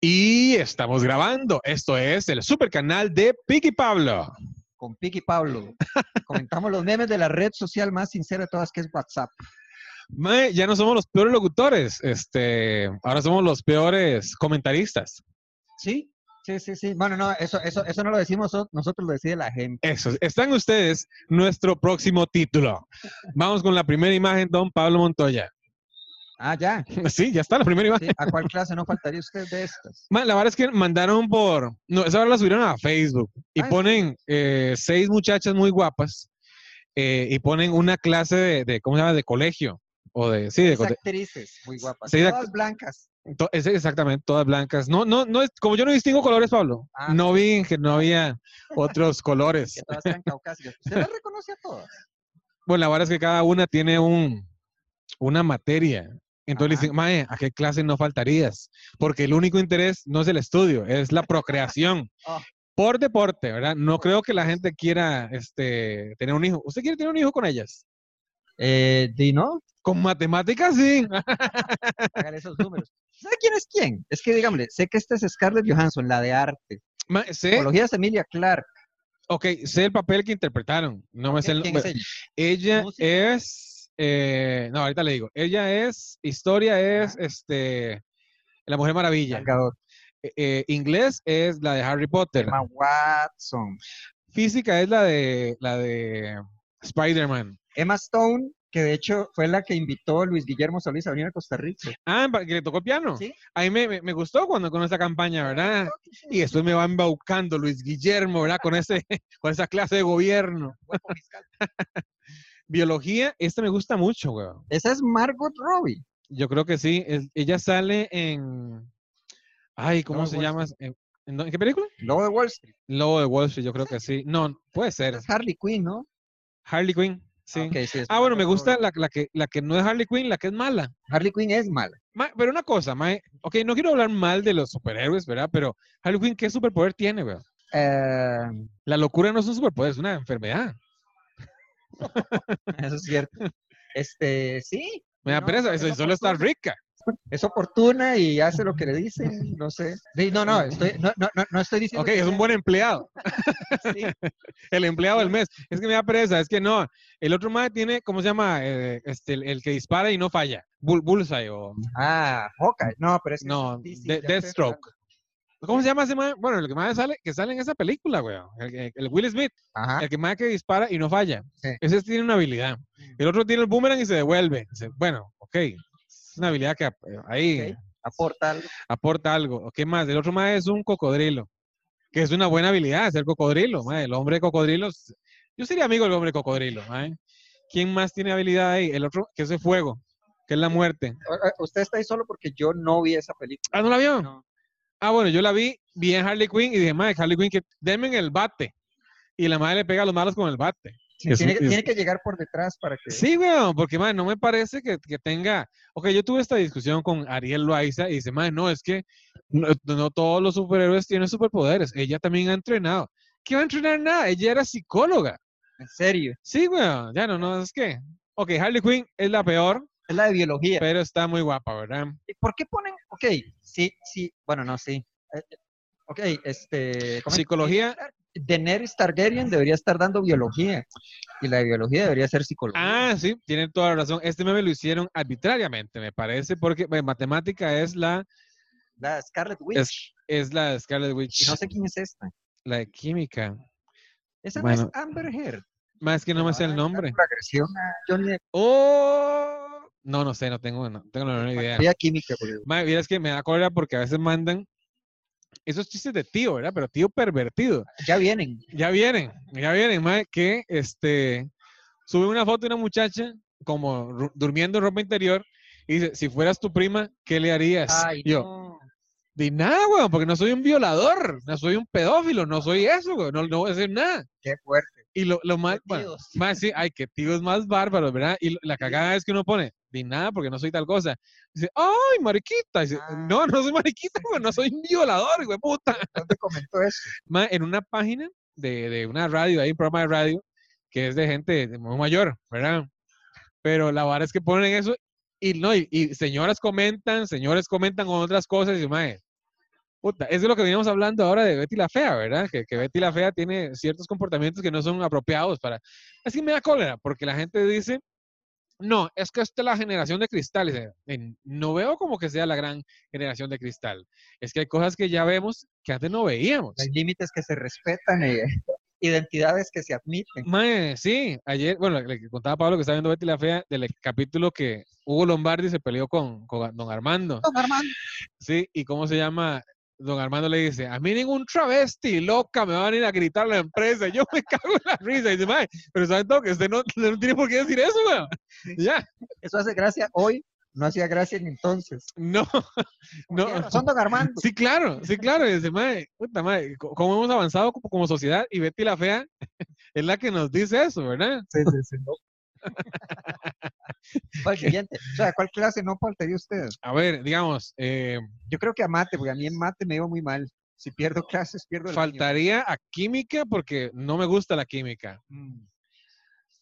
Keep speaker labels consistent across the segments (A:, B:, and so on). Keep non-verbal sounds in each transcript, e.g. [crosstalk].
A: Y estamos grabando. Esto es el super canal de Piqui Pablo.
B: Con Piqui Pablo. Comentamos los memes de la red social más sincera de todas, que es WhatsApp.
A: Mae, ya no somos los peores locutores. Este, ahora somos los peores comentaristas.
B: Sí, sí, sí, sí. Bueno, no, eso, eso, eso no lo decimos nosotros, nosotros lo decide la gente.
A: Eso. Están ustedes nuestro próximo título. Vamos con la primera imagen, don Pablo Montoya. [laughs]
B: Ah, ya.
A: Sí, ya está la primera imagen.
B: Sí, ¿A cuál clase no faltaría usted de estas?
A: Mae, la verdad es que mandaron por. No, esa hora la subieron a Facebook y
B: Ah, sí.
A: ponen eh, seis muchachas muy guapas eh, y ponen una clase de, de- ¿Cómo se llama? De colegio. O de. Sí, de,
B: Seis
A: colegio.
B: actrices muy guapas.
A: seis act-
B: todas blancas.
A: To- es exactamente, todas blancas. No, no, no es, como yo no distingo colores, Pablo.
B: Ah.
A: No vi que no había
B: [laughs]
A: otros colores.
B: Que todas están caucásicas. ¿Usted las reconoce a todas?
A: Bueno, la verdad es que cada una tiene un, una materia. Entonces
B: Ajá.
A: le dicen, Mae, ¿a qué clase no faltarías? Porque el único interés no es el estudio, es la
B: [laughs]
A: procreación.
B: Ah.
A: Por deporte, ¿verdad? No creo que la gente quiera este, tener un hijo. ¿Usted quiere tener un hijo con ellas?
B: Eh, di, ¿no?
A: Con matemáticas,
B: [laughs]
A: sí.
B: Hágale esos números. ¿Sabe quién es quién? Es que, digámosle, sé que esta es Scarlett Johansson, la de arte.
A: Mae, sé,
B: Psicología es Emilia Clark.
A: ok, sé el papel que interpretaron. No me sé el
B: ¿Quién es
A: nombre.
B: ella?
A: Ella
B: Música.
A: es, eh, no, ahorita le digo, ella es, historia es,
B: Ajá.
A: este, La Mujer Maravilla.
B: Salgador.
A: Eh, eh, inglés es la de Harry Potter.
B: Emma Watson.
A: Física es la de, la de Spider-Man.
B: Emma Stone, que de hecho fue la que invitó a Luis Guillermo Solís a venir a Costa Rica.
A: Ah, para que le tocó el piano.
B: Sí.
A: A mí me, me- me gustó cuando con esta campaña, ¿verdad? Y después me va embaucando Luis Guillermo, ¿verdad? Con, ese, [laughs] con esa clase de gobierno.
B: Guapo fiscal.
A: [laughs] Biología, esta me gusta mucho, weón.
B: Esa es Margot Robbie.
A: Yo creo que sí. es- ella sale en. Ay, ¿cómo
B: Lobo de
A: se
B: Wall
A: llama? ¿En, en dó- en qué película?
B: Lobo de Wall Street.
A: Lobo de Wall Street, yo creo que sí. No, puede ser.
B: Esa es Harley Quinn, ¿no?
A: Harley Quinn, sí.
B: Ok, sí, es
A: Ah, bueno, me
B: Margot
A: gusta
B: Robbie.
A: la, la que, la que no es Harley Quinn, la que es mala.
B: Harley Quinn es mala.
A: Ma- pero una cosa, mae, ok, no quiero hablar mal de los superhéroes, ¿verdad? Pero Harley Quinn, ¿qué superpoder tiene, weón?
B: Eh,
A: [laughs] La locura no es un superpoder, es una enfermedad.
B: eso es cierto. Este, sí,
A: Me da
B: No,
A: pereza,
B: no,
A: eso
B: es
A: solo está
B: oportuno.
A: rica.
B: es oportuna y hace lo que le dicen, no sé. Sí, no, no, estoy, no, no, no, no estoy diciendo.
A: Ok,
B: que
A: es un
B: sea-
A: buen empleado,
B: [laughs] sí,
A: [laughs] el empleado del mes. Es que me da pereza, es que no. El otro mae tiene, ¿cómo se llama? Eh, este, el, el que dispara y no falla. Bull, bullseye o
B: Ah, Hawkeye. No, pero es que
A: No,
B: es DC,
A: de-
B: ya estoy
A: Deathstroke.
B: hablando.
A: ¿Cómo se llama ese mae? Bueno, el que más sale, que sale en esa película, weón. El, que- el Will Smith,
B: Ajá.
A: el que más que dispara y no falla.
B: Ah. Sí.
A: Ese tiene una habilidad. El otro tiene el boomerang y se devuelve. Dice, Bueno, ok. Es una habilidad que ap- eh, ahí
B: Ok. Aporta algo.
A: aporta algo. ¿O ¿Qué más? El otro más es un cocodrilo, que es una buena habilidad ser cocodrilo. mae. El hombre cocodrilo, s- yo sería amigo del hombre cocodrilo. mae. ¿Quién más tiene habilidad ahí? El otro, que es el fuego, que es la muerte.
B: O- o- Usted está ahí solo porque yo no vi esa película.
A: Ah, ¿no la vio?
B: No.
A: Ah, bueno, yo la vi, vi en Harley Quinn y dije, madre, Harley Quinn, que denme en el bate. Y la madre le pega a los malos con el bate.
B: Sí,
A: Es-
B: tiene, que-
A: es-
B: tiene que llegar por detrás para que.
A: Sí, weón, porque madre, no me parece que, que tenga. Ok, yo tuve esta discusión con Ariel Loaiza y dice, madre, no, es que no, no todos los superhéroes tienen superpoderes. Ella también ha entrenado. ¿Qué va a entrenar nada? Ella era psicóloga.
B: En serio.
A: Sí, weón, ya no, no, es que. Ok, Harley Quinn es la peor,
B: Es la de biología.
A: pero está muy guapa, ¿verdad?
B: ¿Y ¿Por qué ponen.? Ok, sí, sí. Bueno, no, sí. Eh, eh, Ok, este. ¿cómo es?
A: Psicología.
B: Daenerys Targaryen debería estar dando biología. Y la de biología debería ser psicología.
A: Ah, sí, tienen toda la razón. Este meme lo hicieron arbitrariamente, me parece, porque bueno, matemática es la,
B: La de Scarlet Witch.
A: es la de Scarlet
B: Y
A: Witch,
B: no sé quién es esta.
A: la de química.
B: Esa no
A: Bueno.
B: es Amber Heard.
A: Más que no me sé
B: Ah,
A: el
B: está
A: nombre.
B: Por agresión a Johnny Depp.
A: ¡Oh! No, no sé, no tengo, no tengo la menor idea.
B: Vía química, boludo.
A: Mae, vieras que me da cólera porque a veces mandan esos chistes de tío, ¿verdad? Pero tío pervertido.
B: Ya vienen.
A: Ya vienen, ya vienen, mae, que este, sube una foto de una muchacha como ru- durmiendo en ropa interior y dice, si fueras tu prima, ¿qué le harías?
B: Ay,
A: Yo,
B: no.
A: de nada, weón, porque no soy un violador, no soy un pedófilo, no soy eso, weón, no, no voy a hacer nada.
B: Qué fuerte.
A: Y lo, lo más, bueno,
B: Dios.
A: más sí, ay, que tíos más bárbaros, ¿verdad? Y lo- la cagada es que uno pone, de nada, porque no soy tal cosa. Dice, ay, mariquita. Dice,
B: Ah.
A: no, no soy mariquita, [laughs] weón, no soy un violador, güey, puta.
B: ¿Dónde comentó eso?
A: Ma, en una página de, de una radio, hay un programa de radio que es de gente de muy mayor, ¿verdad? Pero la verdad es que ponen eso y no, y, y señoras comentan, señores comentan con otras cosas y, mae, Puta, eso es lo que veníamos hablando ahora de Betty la Fea, ¿verdad? Que, que Betty la Fea tiene ciertos comportamientos que no son apropiados para... Así me da cólera, porque la gente dice, no, es que esta es la generación de cristal. Y dice, "En- No veo como que sea la gran generación de cristal. Es que hay cosas que ya vemos que antes no veíamos.
B: Hay límites que se respetan, eh, [laughs] identidades que se admiten.
A: Mae, sí, ayer, bueno, le le contaba a Pablo que estaba viendo Betty la Fea del capítulo que Hugo Lombardi se peleó con, con Don Armando.
B: Don Armando.
A: Sí, y cómo se llama, Don Armando le dice, a mí ningún travesti loca me va a venir a gritar a la empresa. Yo me [laughs] cago en la risa. Y dice, mae, pero ¿saben todo? Que usted no, no tiene por qué decir eso, weón. Ya,
B: Eso hace gracia hoy, no hacía gracia en entonces.
A: no, [laughs] no.
B: Son Don Armando.
A: Sí, claro, sí, claro. Y dice, mae, puta madre, co- cómo hemos avanzado como, como sociedad y Betty la Fea [laughs] es la que nos dice eso, ¿verdad?
B: Sí, sí, sí. [laughs] no. ¿Cuál siguiente? O sea, ¿cuál clase no faltaría usted?
A: A ver, digamos, eh,
B: Yo creo que a mate, porque a mí en mate me iba muy mal. Si pierdo clases, pierdo el año.
A: faltaría a química porque no me gusta la química.
B: Mm.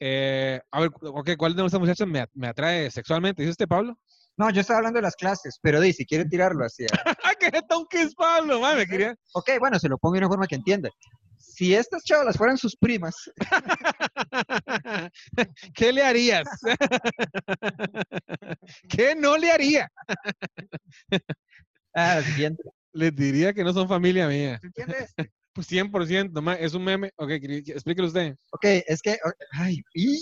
A: Eh, a ver, cu- ok, ¿cuál de estas muchachas me, at- me atrae sexualmente? ¿Dice usted, Pablo? [laughs]
B: No, yo estaba hablando de las clases, pero di, si quiere tirarlo hacia...
A: ¡Ah, qué jetón que es Pablo! Madre, me quería... [laughs]
B: Ok, bueno, se lo pongo de una forma que entienda. Si estas chavas fueran sus primas,
A: ¿Qué le harías? [laughs] ¿Qué no le haría?
B: ah, la siguiente.
A: Les diría que no son familia mía.
B: ¿Se entiende esto?
A: Pues 100%, ma, es un meme. Ok, cri- explíquelo usted.
B: Ok, es que, o- ay, y,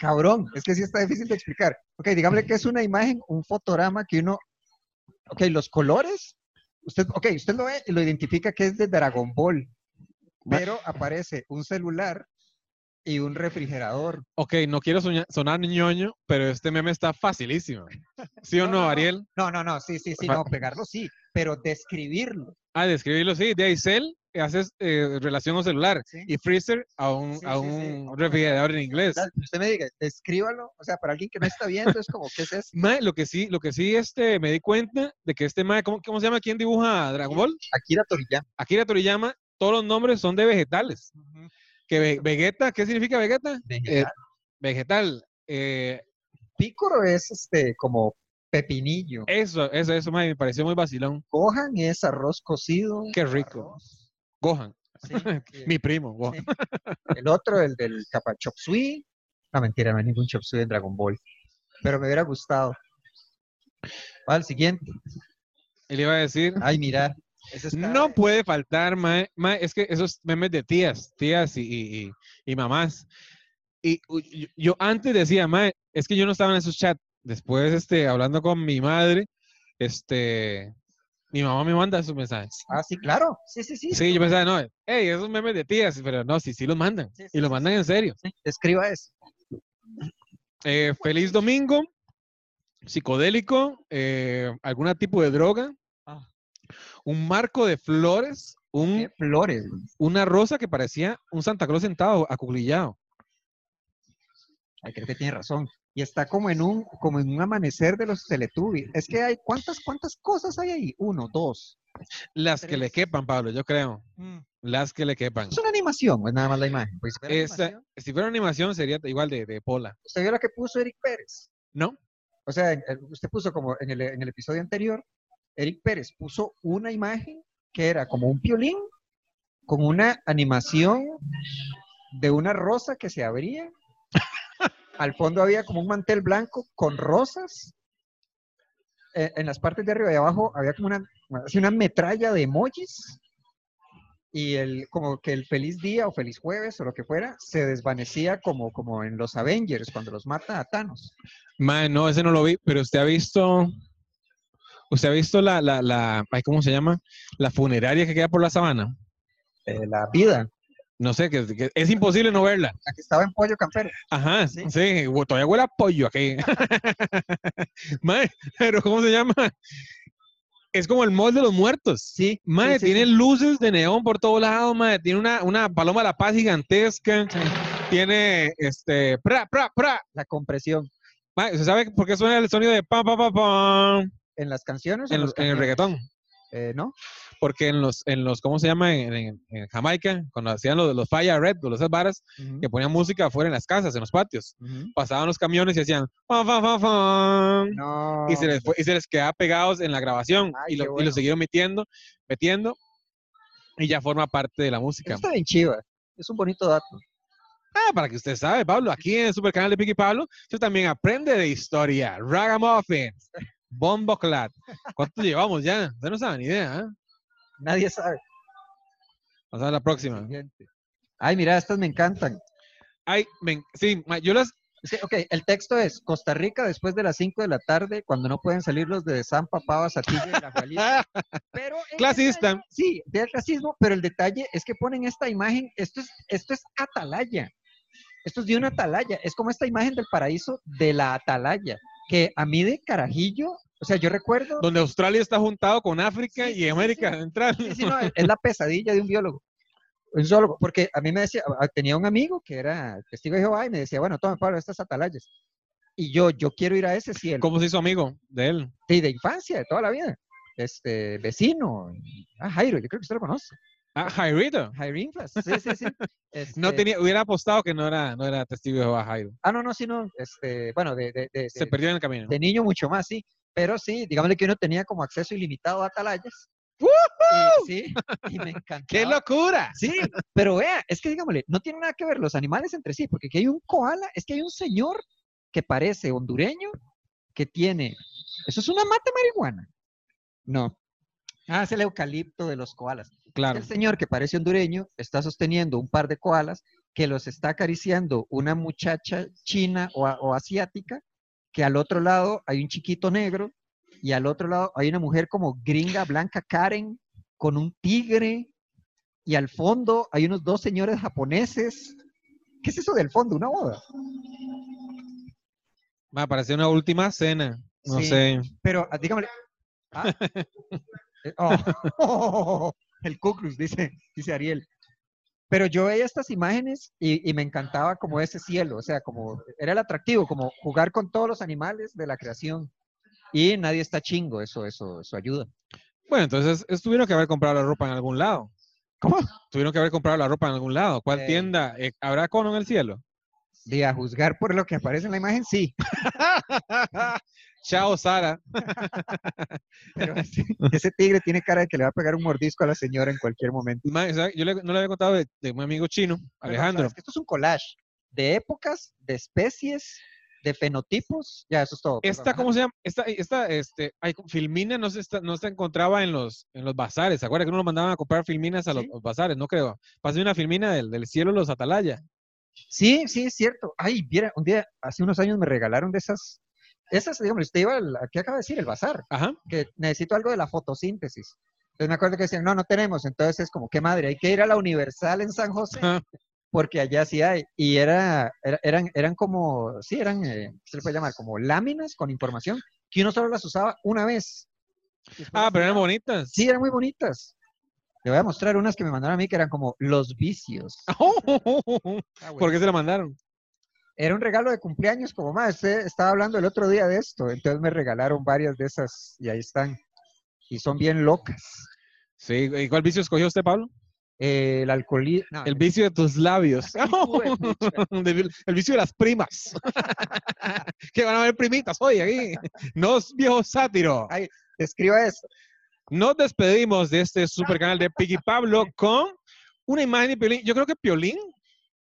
B: cabrón, es que sí está difícil de explicar. Ok, dígame que es una imagen, un fotograma que uno, ok, los colores, usted, ok, usted lo ve y lo identifica que es de Dragon Ball,
A: Ma-
B: pero aparece un celular y un refrigerador.
A: Ok, no quiero soña- sonar ñoño, pero este meme está facilísimo. ¿Sí o
B: No,
A: no,
B: no, no.
A: Ariel?
B: No, no, no, sí, sí, sí,
A: Fa-
B: no, pegarlo sí, pero describirlo.
A: Ah, describirlo, sí. De Aicel haces eh, relación o celular.
B: Pues ¿sí?
A: Y freezer a un,
B: Sí, sí,
A: a
B: sí,
A: un
B: a un
A: refrigerador en inglés.
B: ¿verdad? Usted me diga, descríbalo, o sea, para alguien que no está viendo, es como, ¿qué es eso?
A: Mae, lo que sí, lo que sí este, me di cuenta de que este mae, ¿cómo, cómo se llama? ¿Quién dibuja a Dragon Ball?
B: Akira Toriyama.
A: Akira Toriyama, todos los nombres son de vegetales. Que Ve- Vegeta, ¿qué significa Vegeta?
B: Vegetal.
A: Vegetal. Eh,
B: Pícoro es este, como pepinillo.
A: eso, eso, eso, mae, me pareció muy vacilón.
B: Gohan es arroz cocido.
A: Qué rico.
B: arroz,
A: Gohan,
B: sí,
A: [laughs]
B: y
A: mi primo. Gohan.
B: Sí. El otro, el del capa chop suey. No, mentira, no hay ningún chop suey en Dragon Ball. Pero me hubiera gustado. Va al siguiente.
A: Él iba a decir,
B: Ay, mira. ese está-
A: no puede faltar, mae, mae, es que esos memes de tías, tías y, y- y- y mamás. Y uy, yo, yo antes decía, mae, es que yo no estaba en esos chats. Después, este, hablando con mi madre, este, mi mamá me manda sus mensajes.
B: Ah, sí, claro. Sí, sí, sí.
A: Sí, yo pensaba, no, hey, esos memes de tías, pero no, sí, sí los mandan.
B: Sí,
A: y
B: sí,
A: los
B: sí,
A: mandan en serio.
B: sí, Escriba eso.
A: Eh, feliz domingo, psicodélico, eh, algún tipo de droga,
B: Ah.
A: un marco de flores, un,
B: Qué flores.
A: una rosa que parecía un Santa Claus sentado, acuclillado.
B: Ay, creo que tiene razón. Y está como en un, como en un amanecer de los Teletubbies. Es que hay, ¿cuántas, cuántas cosas hay ahí? Uno, dos.
A: Las que le
B: Tres.
A: quepan, Pablo, yo creo. Las que le quepan.
B: ¿Es una animación o es nada más la imagen? Pues, ¿fue la
A: Mm. Esa-
B: animación?
A: si fuera animación sería igual de, de Pola,
B: ¿Usted vio la que puso Eric Pérez?
A: ¿no?
B: O sea, en- en- usted puso como en el, en el episodio anterior, Eric Pérez puso una imagen que era como un violín con una animación de una rosa que se abría. Al fondo había como un mantel blanco con rosas. Eh, en las partes de arriba y abajo había como una, así una metralla de emojis. Y el, como que el feliz día o feliz jueves o lo que fuera se desvanecía como, como en los Avengers cuando los mata a Thanos.
A: Mae, no, ese no lo vi, pero usted ha visto, usted ha visto la, la, la, ay, ¿cómo se llama? La funeraria que queda por la sabana.
B: eh, la vida,
A: No sé, que, que es imposible no verla.
B: la que estaba en Pollo Campero.
A: Ajá, sí,
B: Sí.
A: hu- todavía huele a pollo aquí. [laughs] Mae, pero ¿cómo se llama? Es como el mall de los muertos.
B: Sí,
A: Mae,
B: sí, sí,
A: tiene
B: sí.
A: luces de neón por todos lados, mae. Tiene una, una paloma de la paz gigantesca. Tiene, este, pra, pra, pra.
B: la compresión
A: Mae, ¿se sabe por qué suena el sonido de pam, pam, pam, pam
B: en las canciones. o
A: en,
B: las
A: en el
B: canciones?
A: reggaetón?
B: Eh, no,
A: porque en los, en los ¿cómo se llama? En, en- en Jamaica, cuando hacían los, los fire rap, los esas varas,
B: Ujú,
A: que ponían música afuera en las casas, en los patios.
B: ujú.
A: Pasaban los camiones y hacían... "Fan, fan, fan, fan",
B: No.
A: y, se les fue- y se les quedaba pegados en la grabación
B: Ay,
A: y, lo, y
B: qué
A: lo
B: bueno.
A: siguieron metiendo, metiendo, y ya forma parte de la
B: Eso
A: música.
B: está bien chiva. Es un bonito dato.
A: Ah, para que usted sabe, Pablo, aquí en el super canal de Piqui Pablo, usted también aprende de historia. Ragamuffin, Bombo Clat. ¿Cuánto llevamos ya? Usted no sabe ni idea, ¿eh?
B: Nadie sabe.
A: Vamos a la próxima.
B: Siguiente. Ay, mira, estas me encantan.
A: Ay, men- sí, ma- yo las.
B: [laughs] Es que, ok, el texto es Costa Rica después de las 5 de la tarde, cuando no pueden salir los de Zampa, Pava, Satilla y la Jalisco.
A: Ah,
B: Pero el
A: Clasista.
B: detalle- sí, del racismo, pero el detalle es que ponen esta imagen, esto es, esto es atalaya. Esto es de una atalaya. Es como esta imagen del paraíso de la atalaya, que a mí de carajillo, o sea, yo recuerdo...
A: donde Australia está juntado con África
B: Sí, sí,
A: y
B: sí,
A: América
B: sí.
A: Central.
B: Sí, sí, no, es es la pesadilla de un biólogo. Un zoólogo, porque a mí me decía, a- tenía un amigo que era testigo de Jehová y me decía, bueno, toma, Pablo, estas atalayas. Y yo, yo quiero ir a ese cielo.
A: ¿Cómo se hizo amigo de él?
B: Sí, de infancia, de toda la vida. Este, vecino. Ah, Jairo, yo creo que usted lo conoce.
A: Ah, Jairito.
B: Jairo Inflas, sí, sí, sí. [laughs] Este,
A: No tenía, hubiera apostado que no era, no era testigo de Jehová Jairo.
B: Ah, no, no, sí, no. Este, bueno, de, de, de,
A: Se
B: de-
A: perdió en el camino.
B: de niño mucho más, sí. Pero sí, digámosle que uno tenía como acceso ilimitado a atalayas. Y- sí, y me encantaba.
A: [laughs] ¡Qué locura!
B: Sí, pero vea, es que digámosle, no tiene nada que ver los animales entre sí, porque aquí hay un koala, es que hay un señor que parece hondureño, que tiene, eso es una mata de marihuana. No. Ah, es el eucalipto de los koalas.
A: Claro.
B: El señor que parece hondureño está sosteniendo un par de koalas que los está acariciando una muchacha china o, a- o asiática, que al otro lado hay un chiquito negro y al otro lado hay una mujer como gringa, blanca, Karen, con un tigre y al fondo hay unos dos señores japoneses. ¿Qué es eso del fondo? ¿Una boda?
A: Me pareció una última cena. No
B: Sí.
A: sé.
B: Pero ah, dígame. ah, eh, oh, [laughs] el Ku Klux, dice, dice Ariel. Pero yo veía estas imágenes y, y me encantaba como ese cielo, o sea, como era el atractivo, como jugar con todos los animales de la creación. Y nadie está chingo, eso, eso, eso ayuda.
A: Bueno, entonces es- tuvieron que haber comprado la ropa en algún lado.
B: ¿Cómo?
A: Tuvieron que haber comprado la ropa en algún lado. ¿Cuál
B: Ey.
A: tienda? Eh, ¿Habrá cono en el cielo?
B: De a juzgar por lo que aparece en la imagen, sí.
A: Chao, Sara.
B: Pero [laughs] ese, ese tigre tiene cara de que le va a pegar un mordisco a la señora en cualquier momento.
A: Ma, o sea, yo le- no le había contado de, de un amigo chino,
B: Bueno,
A: Alejandro.
B: es que esto es un collage de épocas, de especies, de fenotipos. Ya, eso es todo. perdón,
A: Esta,
B: ajá.
A: ¿cómo se llama? Esta, esta este, ay, Filmina no se, está- no se encontraba en los, en los bazares. ¿Se acuerda que uno lo mandaban a comprar Filminas a los,
B: Sí.
A: bazares? No creo. Pasé una Filmina del, del cielo a los Atalaya.
B: Sí, sí, es cierto. Ay, viera, un día, hace unos años me regalaron de esas, esas, digamos, usted iba al, ¿qué acaba de decir? El bazar,
A: Ajá.
B: que necesito algo de la fotosíntesis. Entonces me acuerdo que decían, no, no tenemos. Entonces es como, qué madre, hay que ir a la Universal en San
A: [laughs]
B: José, porque allá sí hay. Y era, era- eran, eran como, sí, eran, eh, ¿qué se le puede llamar? Como láminas con información, que uno solo las usaba una vez. Después
A: Ah,
B: las
A: pero eran bonitas.
B: Sí, eran muy bonitas. Le voy a mostrar unas que me mandaron a mí que eran como los vicios.
A: Ah, [laughs]
B: Ah,
A: ¿Por qué se la mandaron?
B: Era un regalo de cumpleaños, como más. Usted estaba hablando el otro día de esto, entonces me regalaron varias de esas y ahí están. Y son bien locas.
A: Sí, ¿y cuál vicio escogió usted, Pablo?
B: Eh, el alcoholismo.
A: El vicio de tus labios. [laughs] De vil- el vicio de las primas. que van a haber primitas hoy aquí. Nos, viejo sátiro.
B: Escriba eso.
A: Nos despedimos de este super canal de Piggy Pablo con una imagen de Piolín. Yo creo que Piolín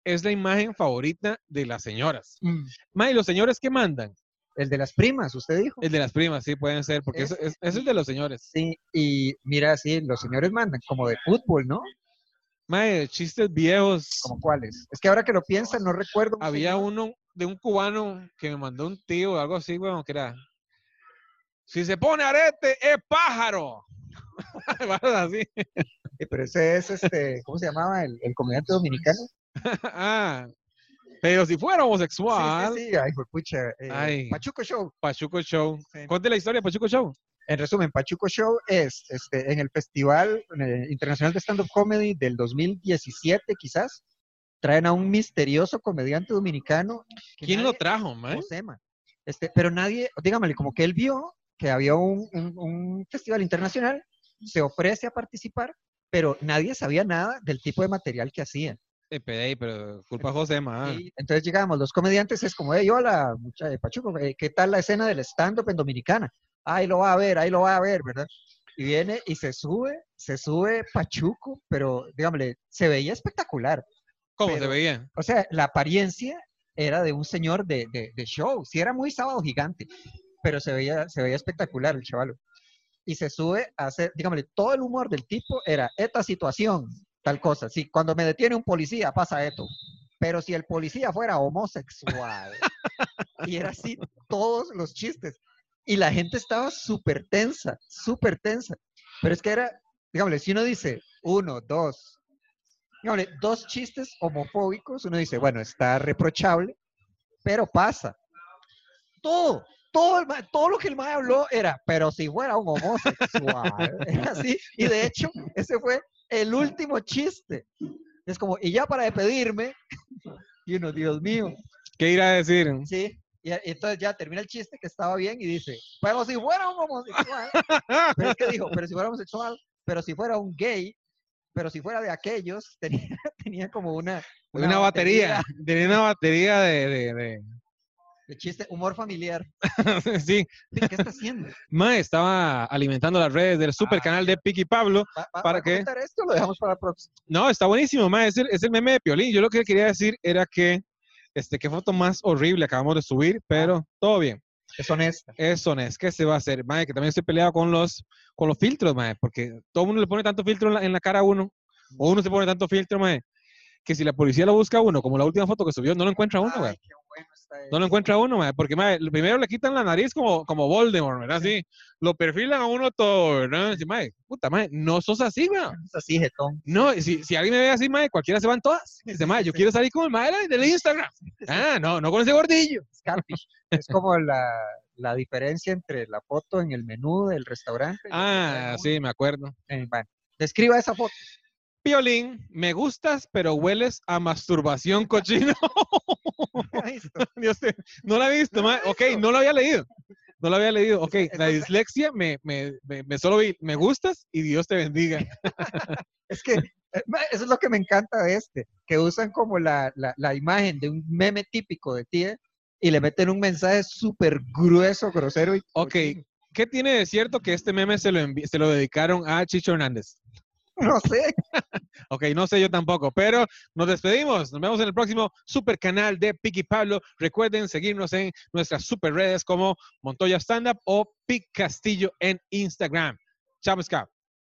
A: es la imagen favorita de las señoras. Ma, ¿y los señores qué mandan?
B: El de las primas, usted dijo.
A: El de las primas, sí, pueden ser, porque eso
B: Es-
A: es, eso es de los señores.
B: Sí, y mira, sí, los señores mandan, como de fútbol, ¿no?
A: Ma, eh, chistes viejos.
B: Como cuáles. Es que ahora que lo piensan, no recuerdo. un
A: Había
B: señor-
A: uno de un cubano que me mandó un tío o algo así, weón, que era. Si se pone arete, es pájaro. [laughs] Varas así.
B: Eh, Pero ese es, este, ¿cómo se llamaba? El, el comediante dominicano.
A: Ah, pero si fuera homosexual,
B: Sí, sí, sí, ay, juepucha, eh,
A: Ay.
B: Pachuco Show.
A: Pachuco Show.
B: Sí.
A: Cuente la historia de Pachuco Show.
B: En resumen, Pachuco Show es este, en el Festival eh, Internacional de Stand-Up Comedy del 2017, quizás. Traen a un misterioso comediante dominicano. que
A: ¿Quién lo
B: nadie-
A: trajo, man?
B: Josema. Este, pero nadie, dígamele, como que él vio que había un, un- un festival internacional se ofrece a participar, pero nadie sabía nada del tipo de material que hacía.
A: Eh, pero, eh, pero culpa a José, ma.
B: Y entonces llegamos, los comediantes es como, hey, hola, mucha de Pachuco, eh, ¿qué tal la escena del stand-up en Dominicana? Ahí lo va a ver, ahí lo va a ver, ¿verdad? Y viene y se sube, se sube Pachuco, pero, digámosle, se veía espectacular.
A: ¿Cómo se
B: pero-
A: veía?
B: O sea, la apariencia era de un señor de, de- de show. Sí, era muy sábado gigante, pero se veía, se veía espectacular el chaval. Y se sube a hacer, dígame, todo el humor del tipo era esta situación, tal cosa. Si cuando me detiene un policía pasa esto. Pero si el policía fuera homosexual, y era así todos los chistes. Y la gente estaba súper tensa, súper tensa. Pero es que era, dígame, si uno dice uno, dos, Dígame, dos chistes homofóbicos, uno dice, bueno, está reprochable, pero pasa. Todo, todo, el ma- todo lo que el mae habló era, pero si fuera un homosexual, [laughs] era así. Y de hecho, ese fue el último chiste. Es como, y ya para despedirme, [laughs] y uno, Dios mío,
A: ¿Qué irá a decir?
B: sí. Y a- entonces ya termina el chiste que estaba bien y dice, pero si fuera un [laughs] homosexual, pero es que dijo, pero si fuera homosexual, pero si fuera un gay, pero si fuera de aquellos, [laughs] tenía, tenía como una,
A: Una, batería. Tenía una batería de. de- de- [laughs]
B: de chiste, humor familiar.
A: sí.
B: Sí, ¿Qué está haciendo?
A: Ma estaba alimentando las redes
B: Ah,
A: del super canal de Piqui Pablo.
B: ¿Va, va-
A: ¿Para
B: va a
A: qué?
B: comentar esto o lo dejamos para la próxima?
A: No, está buenísimo, ma. Es el, es el meme de Piolín. Yo lo que quería decir era que. Este, qué foto más horrible acabamos de subir, pero todo bien.
B: Es honesta.
A: Eso, es que se va a hacer? Mae, que también estoy peleado con los, con los filtros, mae, porque todo mundo le pone tanto filtro en la, en la cara a uno, o uno se pone tanto filtro, mae, que si la policía lo busca a uno, como la última foto que subió, no lo encuentra a uno,
B: Ay,
A: güey.
B: qué bueno está
A: No lo
B: esto.
A: encuentra a uno, mae, porque mae, lo primero le quitan la nariz como, como Voldemort, ¿verdad? Así, lo perfilan a uno todo, ¿verdad? Dice, mae, puta, mae, no sos así, güey.
B: Es así, jetón.
A: No, y si, si alguien me ve así, mae, cualquiera se van
B: [laughs]
A: todas. Dice, mae, yo quiero salir con el mae del Instagram. Ah, no, no con ese
B: [laughs]
A: gordillo.
B: Scarfish. Es como la, la diferencia entre la foto en el menú del restaurante. y la
A: Ah,
B: foto
A: sí, me acuerdo.
B: en el- bueno, describa esa foto. [laughs]
A: Piolín, me gustas, pero hueles a masturbación cochino. [laughs]
B: Ahí está.
A: Dios te- no la he visto,
B: No
A: ma.
B: la he
A: Ok,
B: visto.
A: no lo había leído. No lo había leído. Ok,
B: Esa-
A: la
B: esa-
A: dislexia me, me, me, me solo vi. Me gustas y Dios te
B: [laughs]
A: bendiga.
B: Es que eh, ma, eso es lo que me encanta de este, que usan como la, la, la imagen de un meme típico de tía y le meten un mensaje súper grueso, grosero y...
A: Ok,
B: cochino. [laughs]
A: ¿qué tiene de cierto que este meme se lo, envi- se lo dedicaron a Chicho Hernández?
B: No sé.
A: Ok, no sé yo tampoco, pero nos despedimos. Nos vemos en el próximo super canal de Piqui Pablo. Recuerden seguirnos en nuestras super redes como Montoya Stand Up o Pic Castillo en Instagram. Chao, pescado.